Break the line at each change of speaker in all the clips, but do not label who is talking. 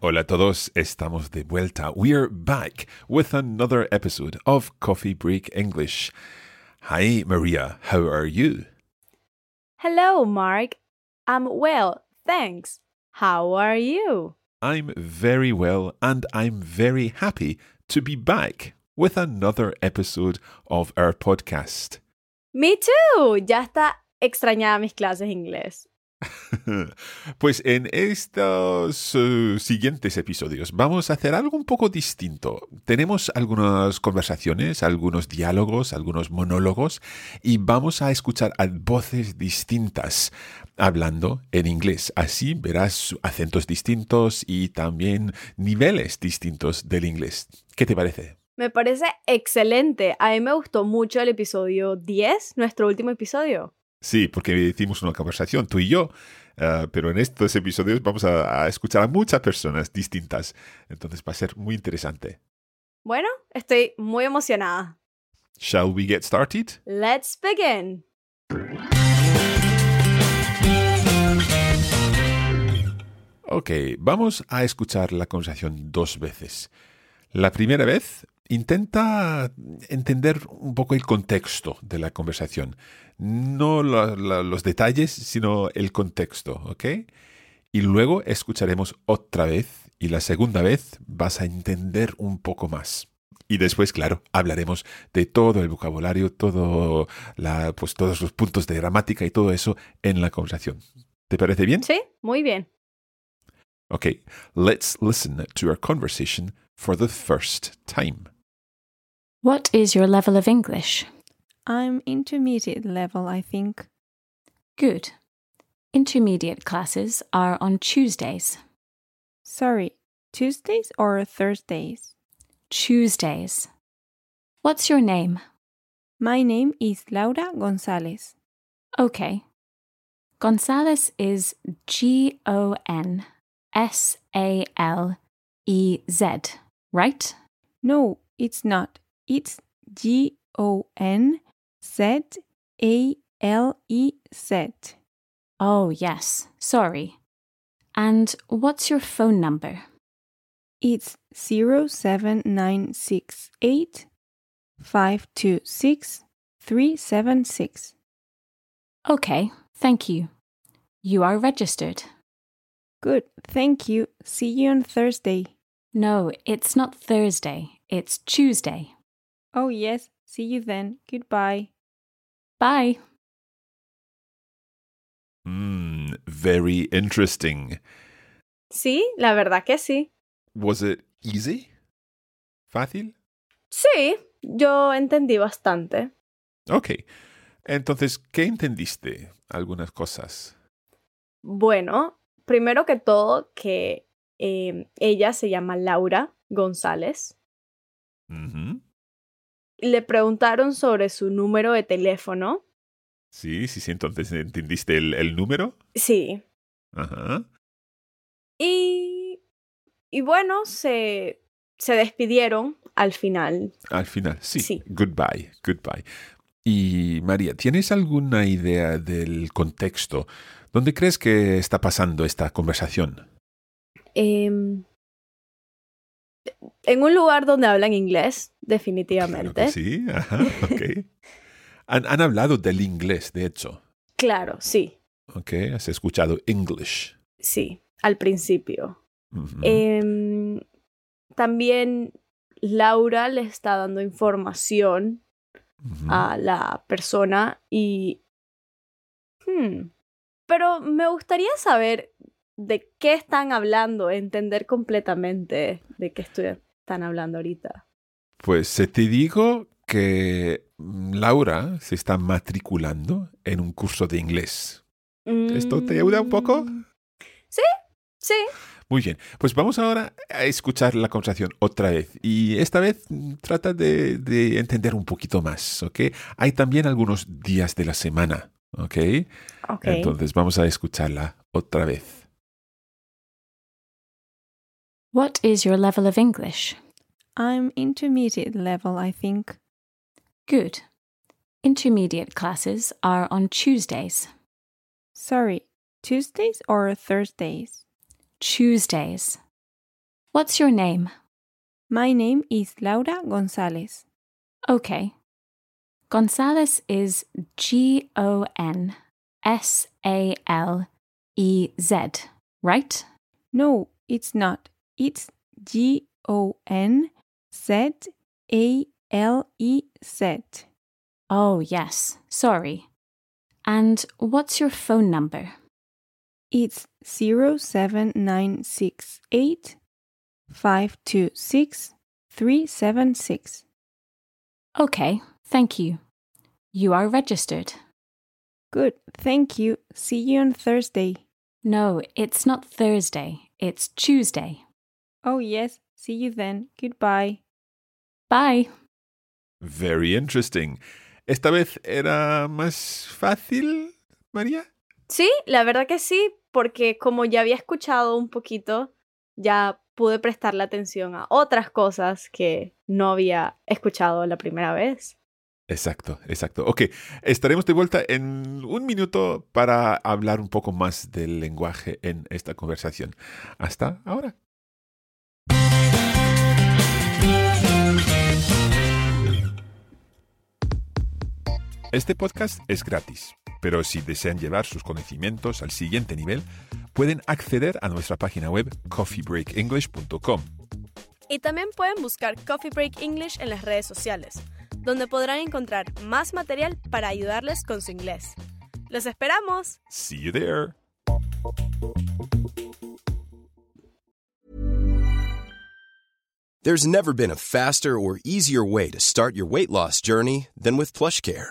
Hola a todos, estamos de vuelta. We're back with another episode of Coffee Break English. Hi, Maria, how are you?
Hello, Mark. I'm well, thanks. How are you?
I'm very well and I'm very happy to be back with another episode of our podcast.
Me too. Ya está extrañada mis clases de inglés.
Pues en estos eh, siguientes episodios vamos a hacer algo un poco distinto. Tenemos algunas conversaciones, algunos diálogos, algunos monólogos y vamos a escuchar a voces distintas hablando en inglés. Así verás acentos distintos y también niveles distintos del inglés. ¿Qué te parece?
Me parece excelente. A mí me gustó mucho el episodio 10, nuestro último episodio.
Sí, porque hicimos una conversación tú y yo, eh, pero en estos episodios vamos a, a escuchar a muchas personas distintas, entonces va a ser muy interesante.
Bueno, estoy muy emocionada.
Shall we get started?
Let's begin.
Ok, vamos a escuchar la conversación dos veces. La primera vez intenta entender un poco el contexto de la conversación. No la- la- los detalles, sino el contexto, ¿ok? Y luego escucharemos otra vez y la segunda vez vas a entender un poco más. Y después, claro, hablaremos de todo el vocabulario, todo la, pues, todos los puntos de gramática y todo eso en la conversación. ¿Te parece bien?
Sí, muy bien.
Okay, let's listen to our conversation for the first time.
What is your level of English?
I'm intermediate level, I think.
Good. Intermediate classes are on Tuesdays.
Sorry, Tuesdays or Thursdays?
Tuesdays. What's your name?
My name is Laura Gonzalez.
Okay. Gonzalez is G O N S A L E Z, right?
No, it's not. It's G O N Z A L E Z.
Oh, yes. Sorry. And what's your phone number?
It's 07968 526 376.
Okay, thank you. You are registered.
Good, thank you. See you on Thursday.
No, it's not Thursday, it's Tuesday.
Oh, yes, see you then. Goodbye.
Bye.
Mm, very interesting.
Sí, la verdad que sí.
Was it easy? Fácil?
Sí, yo entendí bastante.
Okay. Entonces, ¿qué entendiste? Algunas cosas.
Bueno, primero que todo, que eh, ella se llama Laura González.
Ujú.
Le preguntaron sobre su número de teléfono.
Sí, sí, sí. Entonces, ¿entendiste el, el número?
Sí.
Ajá.
Y, y bueno, se, se despidieron al final.
Al final, sí.
Sí.
Goodbye, goodbye. Y María, ¿tienes alguna idea del contexto? ¿Dónde crees que está pasando esta conversación?
Em, en un lugar donde hablan inglés,
Claro
definitivamente.
que sí, ajá, ok. Han, han hablado del inglés, de hecho.
Claro, sí,
Ok, has escuchado English.
sí, al principio.
Ujú.
Em, también Laura le está dando información
Ujú.
a la persona y... Hmm. Pero me gustaría saber de qué están hablando, entender completamente de qué estu- están hablando ahorita.
Pues se te digo que mm, Laura se está matriculando en un curso de inglés. ¿Esto te ayuda un poco?
Mm, Sí,
Muy bien, pues vamos ahora a escuchar la conversación otra vez. Y esta vez mm, trata de, de entender un poquito más, ¿ok? Hay también algunos días de la semana, ¿ok?
ok.
Entonces vamos a escucharla otra vez.
What is your level of English?
I'm intermediate level, I think.
Good. Intermediate classes are on Tuesdays.
Sorry, Tuesdays or Thursdays?
Tuesdays. What's your name?
My name is Laura Gonzalez.
Okay. Gonzalez is G O N S A L E Z, right?
No, it's not. It's G O N Z A L E Z.
Oh, yes. Sorry. And what's your phone number?
It's zero seven nine six eight five two six three seven six.
Okay, thank you. You are registered.
Good, thank you. See you on Thursday.
No, it's not Thursday, it's Tuesday.
Oh, yes, see you then. Goodbye.
Bye.
Very interesting. ¿Esta vez era más fácil, María?
Sí, la verdad que sí, porque como ya había escuchado un poquito, ya pude prestarle atención a otras cosas que no había escuchado la primera vez.
Exacto, exacto. Ok, estaremos de vuelta en un minuto para hablar un poco más del lenguaje en esta conversación. Hasta ahora. Este podcast es gratis, pero si desean llevar sus conocimientos al siguiente nivel, pueden acceder a nuestra página web coffeebreakenglish.com
Y también pueden buscar Coffee Break English en las redes sociales, donde podrán encontrar más material para ayudarles con su inglés. ¡Los esperamos!
See you there.
There's never been a faster or easier way to start your weight loss journey than with PlushCare.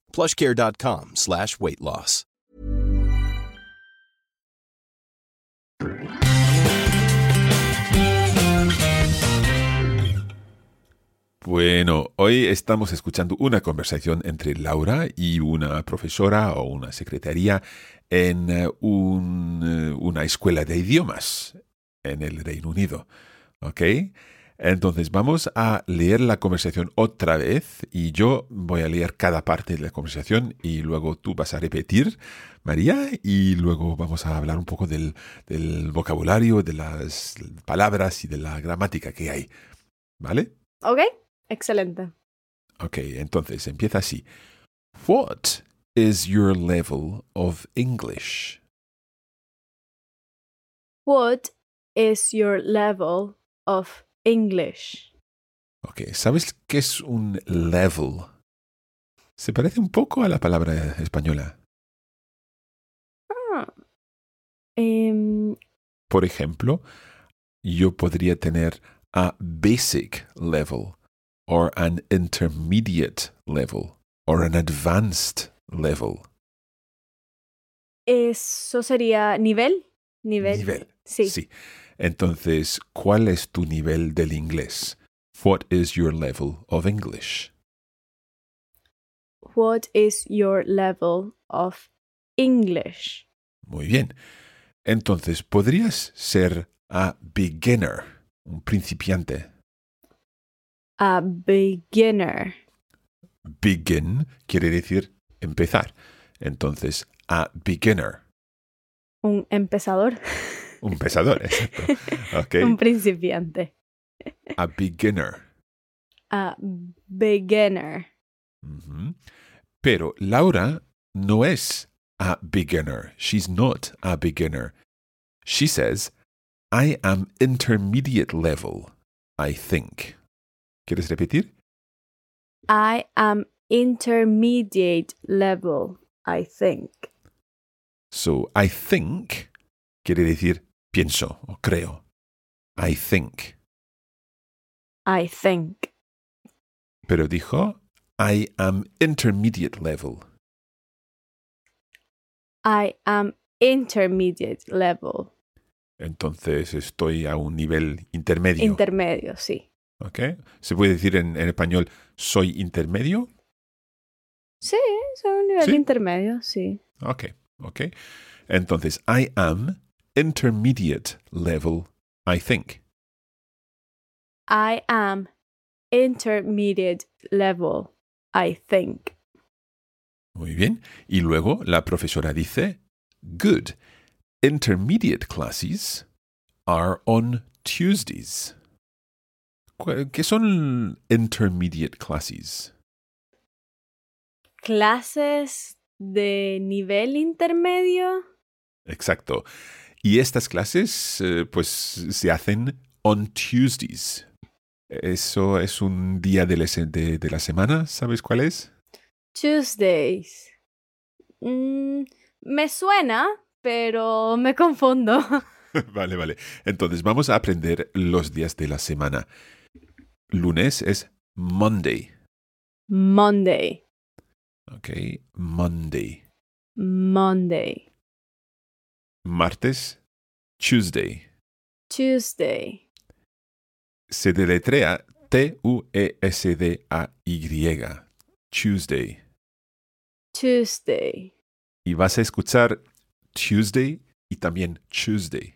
plushcare.com slash weight loss.
Bueno, hoy estamos escuchando una conversación entre Laura y una profesora o una secretaría en eh, un, eh, una escuela de idiomas en el Reino Unido. ¿Ok? Entonces vamos a leer la conversación otra vez y yo voy a leer cada parte de la conversación y luego tú vas a repetir, María, y luego vamos a hablar un poco del, del vocabulario, de las palabras y de la gramática que hay. ¿Vale?
¿Ok? Excelente.
Ok, entonces empieza así. What is your level of English?
What is your level of English?
Ok, ¿sabes qué es un level? Se parece un poco a la palabra española.
Ah. Em,
Por ejemplo, yo podría tener a basic level, or an intermediate level, or an advanced level.
eso sería nivel. Nivel. Sí.
Entonces, ¿cuál es tu nivel del inglés? What is your level of English?
What is your level of English?
Muy bien. Entonces, podrías ser a beginner, un principiante.
A beginner.
Begin quiere decir empezar. Entonces, a beginner,
Un empezador.
un pesador, exacto.
Un
Ok,
principiante.
a beginner.
A beginner.
Ujú. Pero Laura no es a beginner. She's not a beginner. She says, I am intermediate level, I think. ¿Quieres repetir?
I am intermediate level, I think.
So, I think quiere decir pienso o creo. I think.
I think.
Pero dijo, I am intermediate level.
I am intermediate level.
Entonces estoy a un nivel intermedio.
Intermedio, sí.
¿ok? ¿Se puede decir en, en español soy intermedio?
Sí, soy un nivel
Sí.
intermedio, sí.
Ok, ok. Entonces, I am intermediate level, I think.
I am intermediate level, I think.
Muy bien. Y luego la profesora dice, good. Intermediate classes are on Tuesdays. Cu- ¿Qué son intermediate classes?
Clases de nivel intermedio.
Exacto. Y estas clases, eh, pues, se hacen on Tuesdays. Eso es un día de la se- de- de la semana, ¿sabes cuál es?
Tuesdays. Mm, me suena, pero me confundo.
Vale, vale. Entonces vamos a aprender los días de la semana. Lunes es Monday,
Monday.
¿ok? Monday.
Monday.
Martes, Tuesday.
Tuesday.
Se deletrea E T-U-E-S-D-A-Y. Tuesday.
Tuesday.
Y vas a escuchar Tuesday y también Tuesday.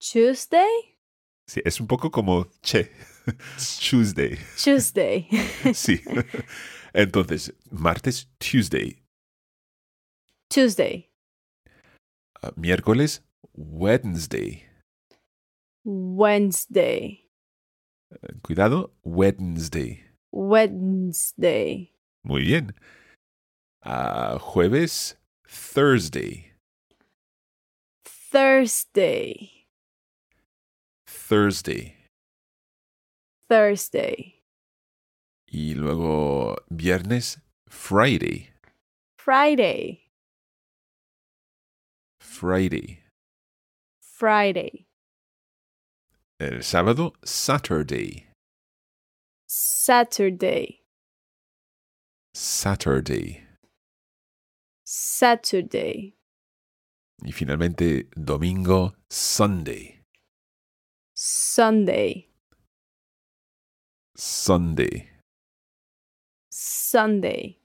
Tuesday?
Sí, es un poco como che. Tuesday.
Tuesday.
Sí. Entonces, martes, Tuesday.
Tuesday.
Uh, Miércoles, Wednesday.
Wednesday.
Cuidado, Wednesday.
Wednesday.
Muy bien. Ah, jueves, Thursday.
Thursday.
Thursday.
Thursday.
Y luego viernes, Friday.
Friday.
Friday.
Friday.
El sábado, Saturday.
Saturday.
Saturday.
Saturday.
Y finalmente, domingo, Sunday.
Sunday.
Sunday.
Sunday.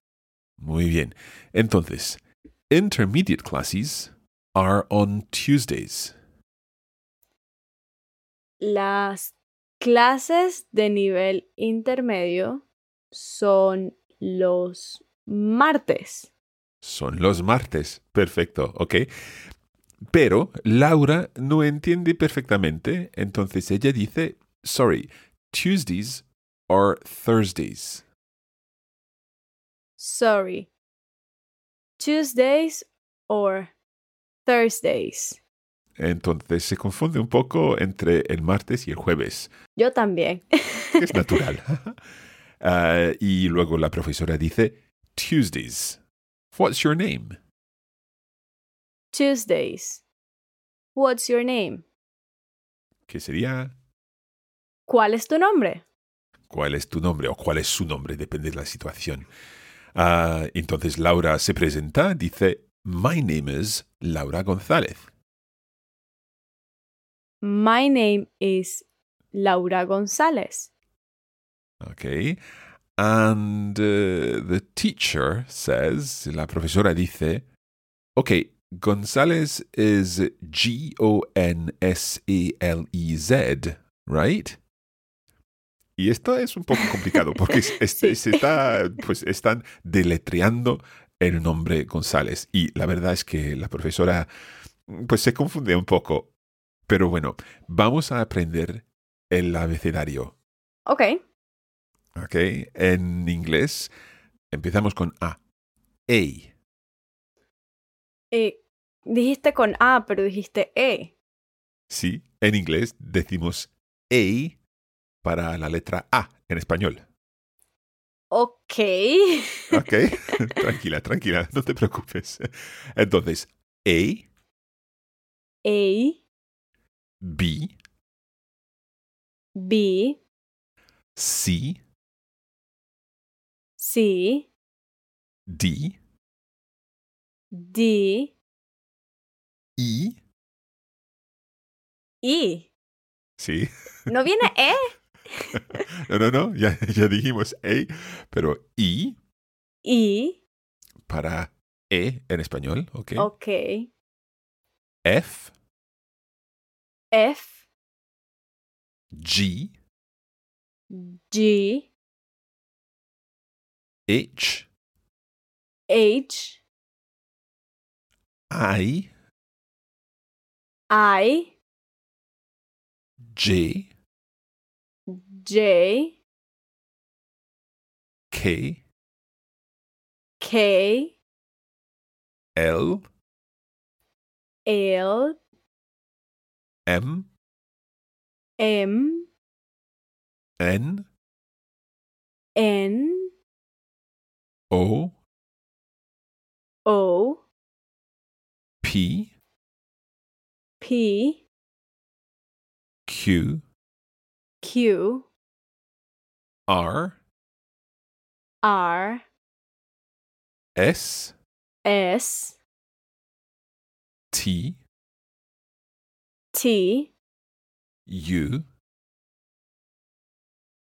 Muy bien. Entonces, intermediate classes are on Tuesdays.
Las clases de nivel intermedio son los martes.
Son los martes. Perfecto, ok. Pero Laura no entiende perfectamente, entonces ella dice, sorry, Tuesdays are Thursdays.
Sorry. Tuesdays or Thursdays.
Entonces se confunde un poco entre el martes y el jueves,
Yo también.
que es natural. Ah, y luego la profesora dice, Tuesdays. What's your name?
Tuesdays. What's your name?
Que sería,
¿Cuál es tu nombre?
¿cuál es tu nombre? O ¿cuál es su nombre? Depende de la situación. Ah, entonces Laura se presenta, dice, My name is Laura González.
My name is Laura González.
Okay. And uh, the teacher says, la profesora dice, okay, Gonzalez is G O N S E L E Z, right? Y esto es un poco complicado porque es- es-
Sí.
se está, pues están deletreando el nombre González. Y la verdad es que la profesora pues se confunde un poco. Pero bueno, vamos a aprender el abecedario.
Ok.
Ok, en inglés empezamos con A. A.
Eh, dijiste con A, pero dijiste E.
Sí, en inglés decimos A para la letra A en español.
Ok.
Ok, tranquila, tranquila, no te preocupes. Entonces, A,
A,
B,
B,
C,
C,
D,
D,
E.
I.
Sí,
E. ¿No viene E?
no, no, no, ya, ya dijimos A, pero I
I.
para E en español, ok.
Ok.
F,
F,
G,
G,
H,
H,
I,
I,
J,
J,
K,
K,
L,
L,
M,
M,
N,
N,
O,
O,
P,
P,
Q,
Q,
R,
R,
S,
S,
T,
T,
U,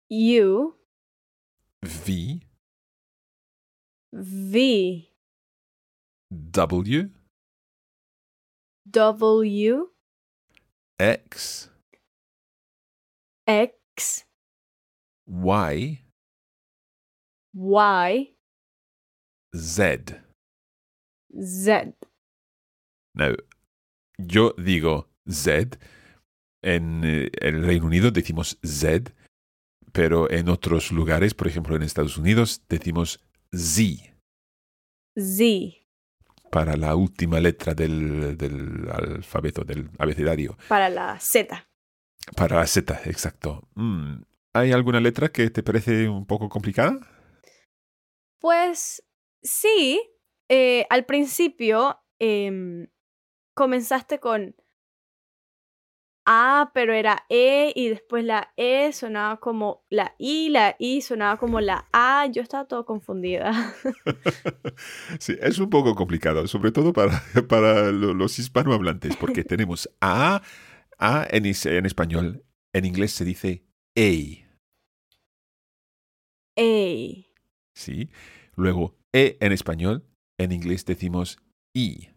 U,
V,
V,
W,
W,
X,
X,
Y,
Y,
Z.
Z.
Now, yo digo Z. En eh, el Reino Unido decimos Z, pero en otros lugares, por ejemplo en Estados Unidos, decimos Z.
Z.
para la última letra del, del alfabeto, del abecedario.
Para la Z.
Para la Z, exacto. Mm, ¿Hay alguna letra que te parece un poco complicada?
Pues sí, eh, al principio em, comenzaste con A, pero era E, y después la E sonaba como la I, la I sonaba como la A. Yo estaba todo confundida.
sí, es un poco complicado, sobre todo para, para lo- los hispanohablantes, porque tenemos A, A en, is- en español, en inglés se dice E, A,
Ey,
¿sí? Luego E en español, en inglés decimos I.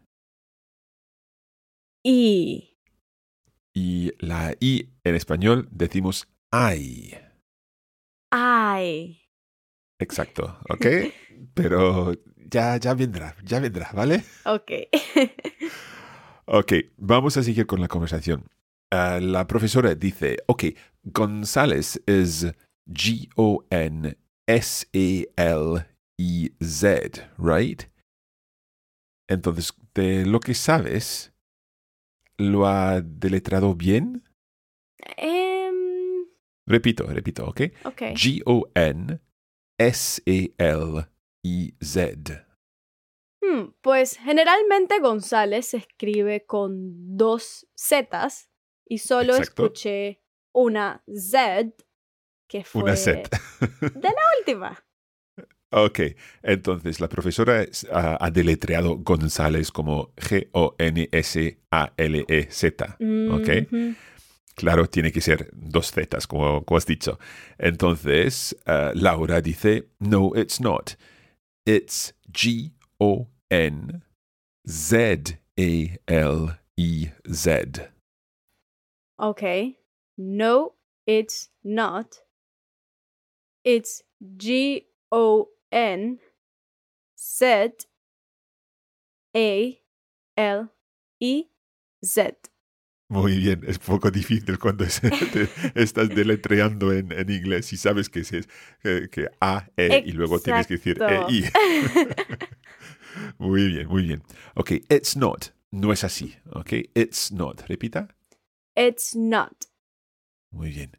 I,
Y la I en español decimos I.
I.
Exacto, ¿ok? Pero ya, ya vendrá, ya vendrá, ¿vale?
Ok.
Ok, vamos a seguir con la conversación. Ah, la profesora dice, ok, González is G-O-N-S-A-L-E-Z. E Z, right? Entonces, de lo que sabes, ¿lo ha deletrado bien?
Em,
Repito, repito, ¿ok?
ok.
E G-O-N-S-A-L-E-Z.
Hmm, pues generalmente González se escribe con dos Zetas y solo
Exacto.
escuché una Z, que fue
Una Z.
la última.
ok, entonces la profesora es- ah, ha, ha deletreado González como G-O-N-S-A-L-E-Z. E Ok.
Ujú.
Claro, tiene que ser dos zetas, como, como has dicho. Entonces, eh, Laura dice, no, it's not. It's E G-O-N-Z-A-L-E-Z.
Ok. No, it's not. It's G O N Z A L E Z.
Muy bien, es poco difícil cuando es- te estás deletreando en, en inglés y sabes que es, es, eh, que A, E y luego tienes que decir E, I.
Exacto.
Muy bien, muy bien. Ok, it's not, no es así. Ok, it's not, repita.
It's not.
Muy bien.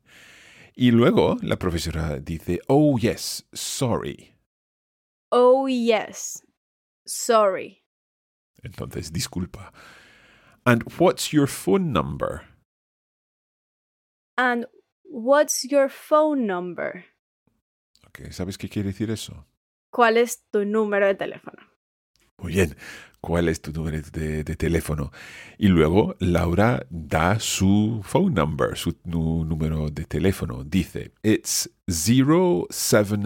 Y luego la profesora dice, oh yes, sorry.
Oh, yes. Sorry.
Entonces, disculpa. And what's your phone number?
And what's your phone number?
Ok, ¿sabes qué quiere decir eso?
¿Cuál es tu número de teléfono?
Muy bien. ¿Cuál es tu número de, de teléfono? Y luego Laura da su phone number, su nu- número de teléfono. Dice, it's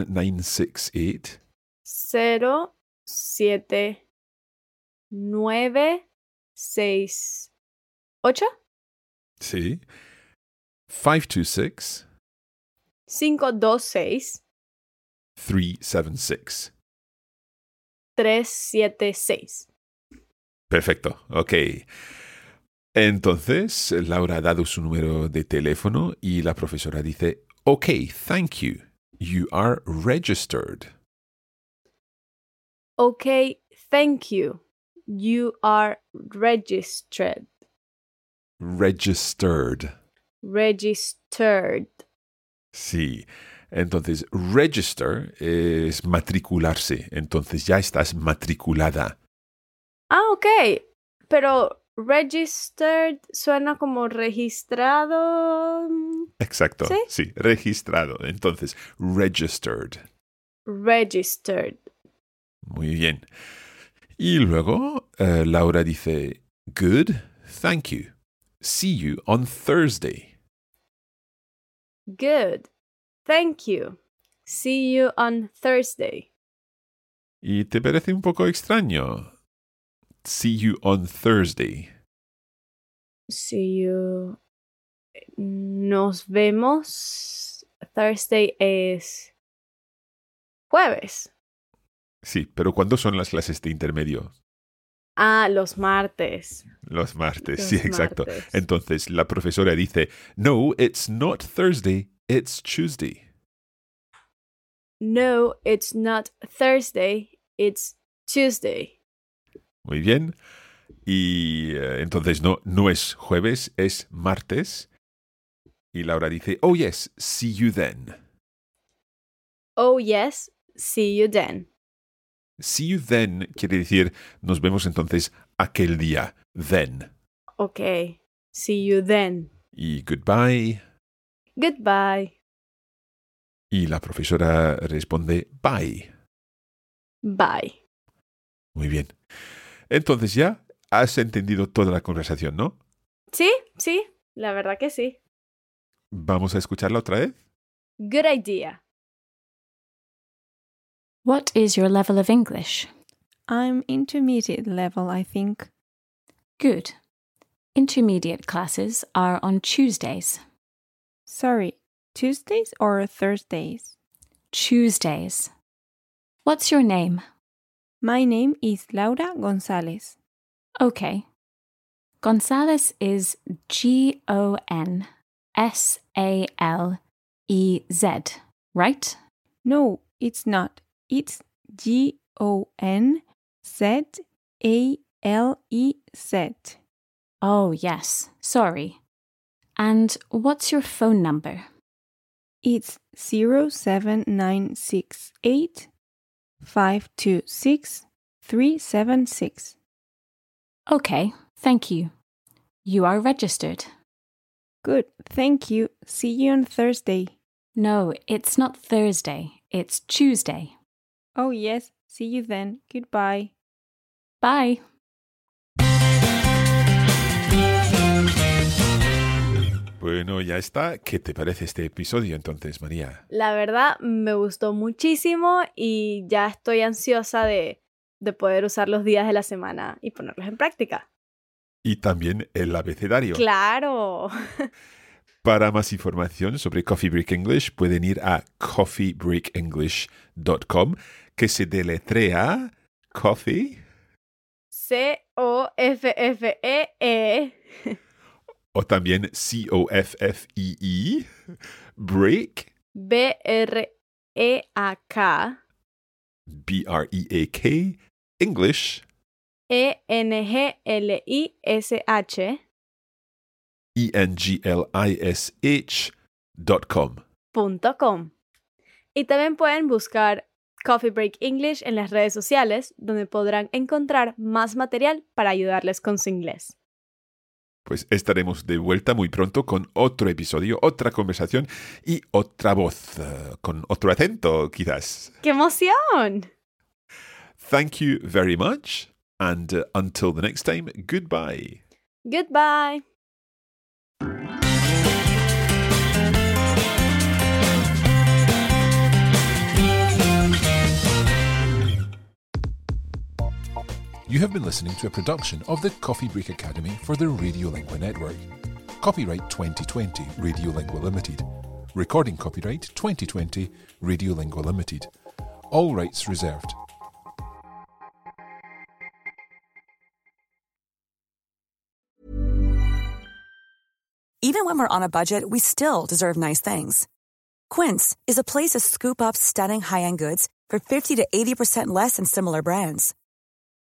07968
0, 7, 9, 6, 8,
sí, 526
5, 2, 6,
376.
3, 7, 6.
Perfecto, ok. Entonces, Laura ha dado su número de teléfono y la profesora dice, ok, thank you. You are registered.
Ok, thank you. You are registered.
Registered.
Registered.
Sí. Entonces, register es matricularse. Entonces, ya estás matriculada.
Ah, ok. Pero registered suena como registrado. mm,
Exacto.
¿Sí?
registrado. Entonces, registered.
Registered.
Muy bien. Y luego, eh, Laura dice, good, thank you. See you on Thursday.
Good. Thank you. See you on Thursday.
¿Y te parece un poco extraño? See you on Thursday.
See you. Nos vemos. Thursday es jueves.
Sí, pero ¿cuándo son las clases de intermedio?
Ah, los martes.
Los martes,
Los
sí, exacto.
martes.
Entonces la profesora dice, no, it's not Thursday, it's Tuesday.
No, it's not Thursday. It's Tuesday.
Muy bien. Y eh, entonces no, no es jueves, es martes. Y Laura dice, oh yes, see you then.
Oh, yes. See you then.
See you then quiere decir, nos vemos entonces aquel día, then.
Okay. See you then.
Y goodbye.
Goodbye.
Y la profesora responde, bye.
Bye.
Muy bien. Entonces ya has entendido toda la conversación, ¿no?
Sí, sí, la verdad que sí.
Vamos a escucharla otra vez.
Good idea.
What is your level of English?
I'm intermediate level, I think.
Good. Intermediate classes are on Tuesdays.
Sorry, Tuesdays or Thursdays?
Tuesdays. What's your name?
My name is Laura Gonzalez.
Okay. Gonzalez is G O N S A L E Z, right?
No, it's not. It's G O N Z A L E Z.
Oh, yes. Sorry. And what's your phone number?
It's 07968 526 376.
Okay, thank you. You are registered.
Good, thank you. See you on Thursday.
No, it's not Thursday, it's Tuesday.
Oh, yes, see you then. Goodbye.
Bye.
Bueno, ya está. ¿Qué te parece este episodio entonces, María?
La verdad, me gustó muchísimo y ya estoy ansiosa de, de poder usar los días de la semana y ponerlos en práctica.
Y también el abecedario.
Claro.
Para más información sobre Coffee Break English pueden ir a coffeebreakenglish.com que se deletrea coffee
C-O-F-F-E-E.
o también C-O-F-F-E-E E, break
B-R-E-A-K.
B-R-E-A-K E English
E-N-G-L-I-S-H.
E E-N-G-L-I-S-H dot com.
Com. Y también pueden buscar Coffee Break English en las redes sociales, donde podrán encontrar más material para ayudarles con su inglés.
Pues estaremos de vuelta muy pronto con otro episodio, otra conversación y otra voz, eh, con otro acento quizás.
¡Qué emoción!
Thank you very much and uh, until the next time, goodbye.
Goodbye.
You have been listening to a production of the Coffee Break Academy for the Radiolingua Network. Copyright 2020 Radiolingua Limited. Recording copyright 2020 Radiolingua Limited. All rights reserved.
Even when we're on a budget, we still deserve nice things. Quince is a place to scoop up stunning high end goods for 50 to 80% less than similar brands.